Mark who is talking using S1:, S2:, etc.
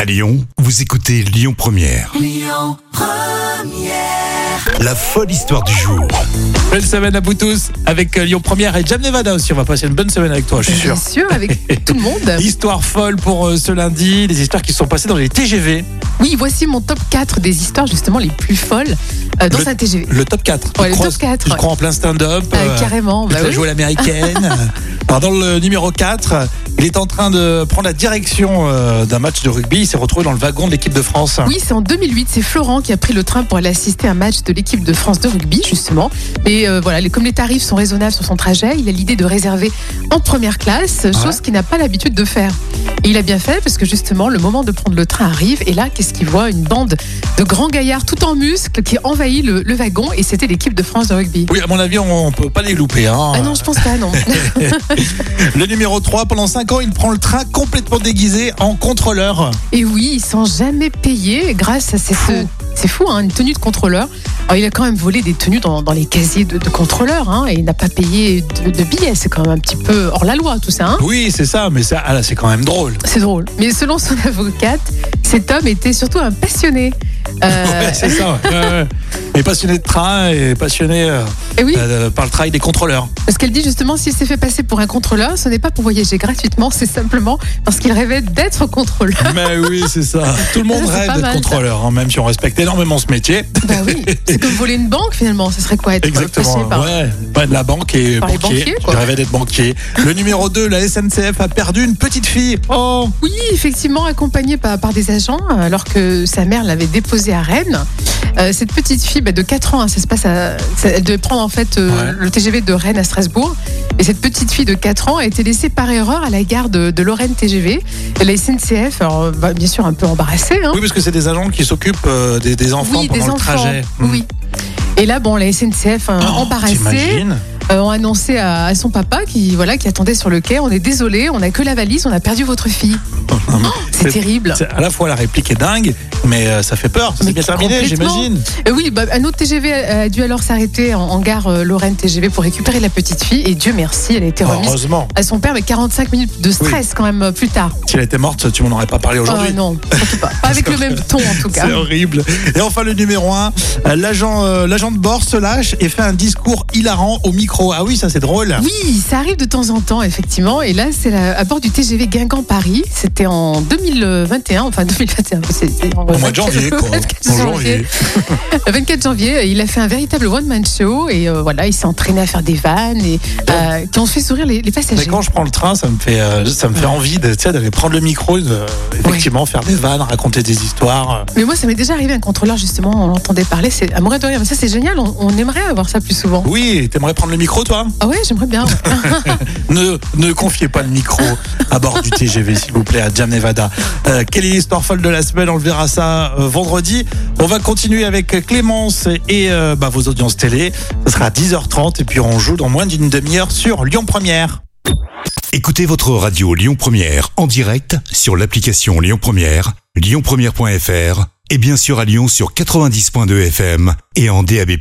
S1: À Lyon, vous écoutez Lyon Première. Lyon Première. La folle histoire du jour.
S2: Belle semaine à vous tous avec euh, Lyon Première et Jam Nevada aussi. On va passer une bonne semaine avec toi, je suis sûr.
S3: Bien sûr, avec tout le monde.
S2: Histoire folle pour euh, ce lundi, des histoires qui sont passées dans les TGV,
S3: Oui, voici mon top 4 des histoires justement les plus folles euh, dans
S2: Le-
S3: un TGV.
S2: le top 4.
S3: Ouais,
S2: tu
S3: le
S2: crois,
S3: top 4,
S2: Tu
S3: ouais.
S2: crois en plein stand-up.
S3: Euh,
S2: euh,
S3: carrément,
S2: tu
S3: bah
S2: vas
S3: oui.
S2: jouer à l'américaine. Alors, dans le numéro 4, il est en train de prendre la direction euh, d'un match de rugby. Il s'est retrouvé dans le wagon de l'équipe de France.
S3: Oui, c'est en 2008, c'est Florent qui a pris le train pour aller assister à un match de l'équipe de France de rugby, justement. Mais euh, voilà, les- comme les tarifs sont raisonnables sur son trajet, il a l'idée de réserver en première classe,
S2: Ah
S3: chose qu'il n'a pas l'habitude de faire. Et il a bien fait parce que justement, le moment de prendre le train arrive et là, qu'est-ce qu'il voit Une bande de grands gaillards tout en muscles qui envahit le, le wagon et c'était l'équipe de France de rugby.
S2: Oui, à mon avis, on peut pas les louper. hein.
S3: Ah non, je pense pas, non.
S2: Le numéro 3, pendant 5 ans, il prend le train complètement déguisé en contrôleur.
S3: Et oui, sans jamais payer grâce à cette. C'est fou, hein, une tenue de contrôleur. Alors, il a quand même volé des tenues dans, dans les casiers de, de contrôleur hein, et il n'a pas payé de, de billets. C'est quand même un petit peu hors la loi, tout ça. hein.
S2: Oui, c'est ça, mais ça, ah là, c'est quand même drôle.
S3: c'est drôle. Mais selon son avocate, cet homme était surtout un passionné. Euh,
S2: Ouais, c'est ça. ouais. Ouais, ouais. Mais passionné de train et passionné euh,
S3: et oui,
S2: euh, par le travail des contrôleurs.
S3: parce qu'elle dit justement, s'il s'est fait passer pour un contrôleur, ce n'est pas pour voyager gratuitement, c'est simplement parce qu'il rêvait d'être contrôleur.
S2: Mais oui, c'est ça. Tout le monde
S3: C'est
S2: rêve
S3: pas
S2: d'être
S3: mal, ça.
S2: contrôleur, hein, même si on respecte énormément ce métier.
S3: bah oui, c'est comme voler une banque finalement, ce serait quoi être passionné par
S2: Ouais, ouais, de la banque et
S3: Par les
S2: banquier.
S3: banquiers,
S2: Je
S3: quoi.
S2: rêvais d'être banquier. Le numéro 2, la SNCF a perdu une petite fille. Oh
S3: Oui, effectivement, accompagnée par, par des agents, euh, alors que sa mère l'avait déposée à Rennes. Euh, cette petite fille bah, de 4 ans, hein, ça se passe à- ça- elle devait prendre en fait euh,
S2: Ouais.
S3: le TGV de Rennes à Strasbourg. Et cette petite fille de 4 ans a été laissée par erreur à la gare de, de Lorraine TGV. Et la SNCF, alors, bah, bien sûr un peu embarrassée, hein.
S2: Oui, parce que c'est des agents qui s'occupent euh, des, des enfants
S3: Oui,
S2: pendant
S3: des
S2: le
S3: enfants.
S2: trajet. Hmm.
S3: Oui. Et là, bon, la SNCF hein,
S2: Oh,
S3: embarrassée,
S2: t'imagines
S3: euh, ont annoncé à, à son papa qui voilà qui attendait sur le quai. On est désolé, on n'a que la valise, on a perdu votre fille. Oh, C'est
S2: Oh, C'est-
S3: terrible.
S2: C'est- À la fois, la réplique est dingue, mais euh, ça fait peur. C'est
S3: Mais
S2: bien terminé,
S3: complètement.
S2: j'imagine.
S3: Euh, oui, bah, un autre TGV a dû alors s'arrêter en, en gare euh, Lorraine TGV pour récupérer la petite fille. Et Dieu merci, elle a
S2: Oh,
S3: été remise
S2: Heureusement.
S3: à son père, mais 45 minutes de stress quand même euh, plus tard.
S2: Si elle était morte, tu m'en aurais pas parlé aujourd'hui.
S3: Euh, non, surtout pas. Pas avec le même ton en tout cas.
S2: C'est horrible. Et enfin, le numéro 1, l'agent euh, l'agent de bord se lâche et fait un discours hilarant au micro. Ah oui, ça c'est drôle.
S3: Oui, ça arrive de temps en temps, effectivement. Et là, c'est la- à bord du TGV Guingamp-Paris. C'était en 2021, enfin 2021. c'est- c'est en
S2: Au mois de
S3: 24
S2: janvier, quoi.
S3: 24
S2: En
S3: janvier.
S2: janvier.
S3: Le 24 janvier, euh, il a fait un véritable one-man show. Et euh, voilà, il s'est entraîné à faire des vannes et, euh, qui ont fait sourire les, les
S2: Mais
S3: passagers.
S2: quand je prends le train, ça me fait, euh, ça me fait envie de, tu sais, d'aller prendre le micro, et de, euh, effectivement, faire des vannes, raconter des histoires.
S3: Mais moi, ça m'est déjà arrivé un contrôleur, justement, on l'entendait parler, c'est à mourir de rire. Mais ça, c'est génial, on, on aimerait avoir ça plus souvent.
S2: Oui, t'aimerais prendre le micro, toi
S3: Ah ouais, j'aimerais bien.
S2: ne, ne confiez pas le micro à bord du TGV, s'il vous plaît, à Jam Nevada. Euh, quelle est l'histoire folle de la semaine On le verra ça euh, vendredi. On va continuer avec Clémence et euh, bah, vos audiences télé. Ce sera à 10h30 et puis on joue dans moins d'une demi-heure sur Lyon Première.
S1: Écoutez votre radio Lyon Première en direct sur l'application Lyon Première, lyonpremière.fr et bien sûr à Lyon sur 90.2 FM et en DAB+.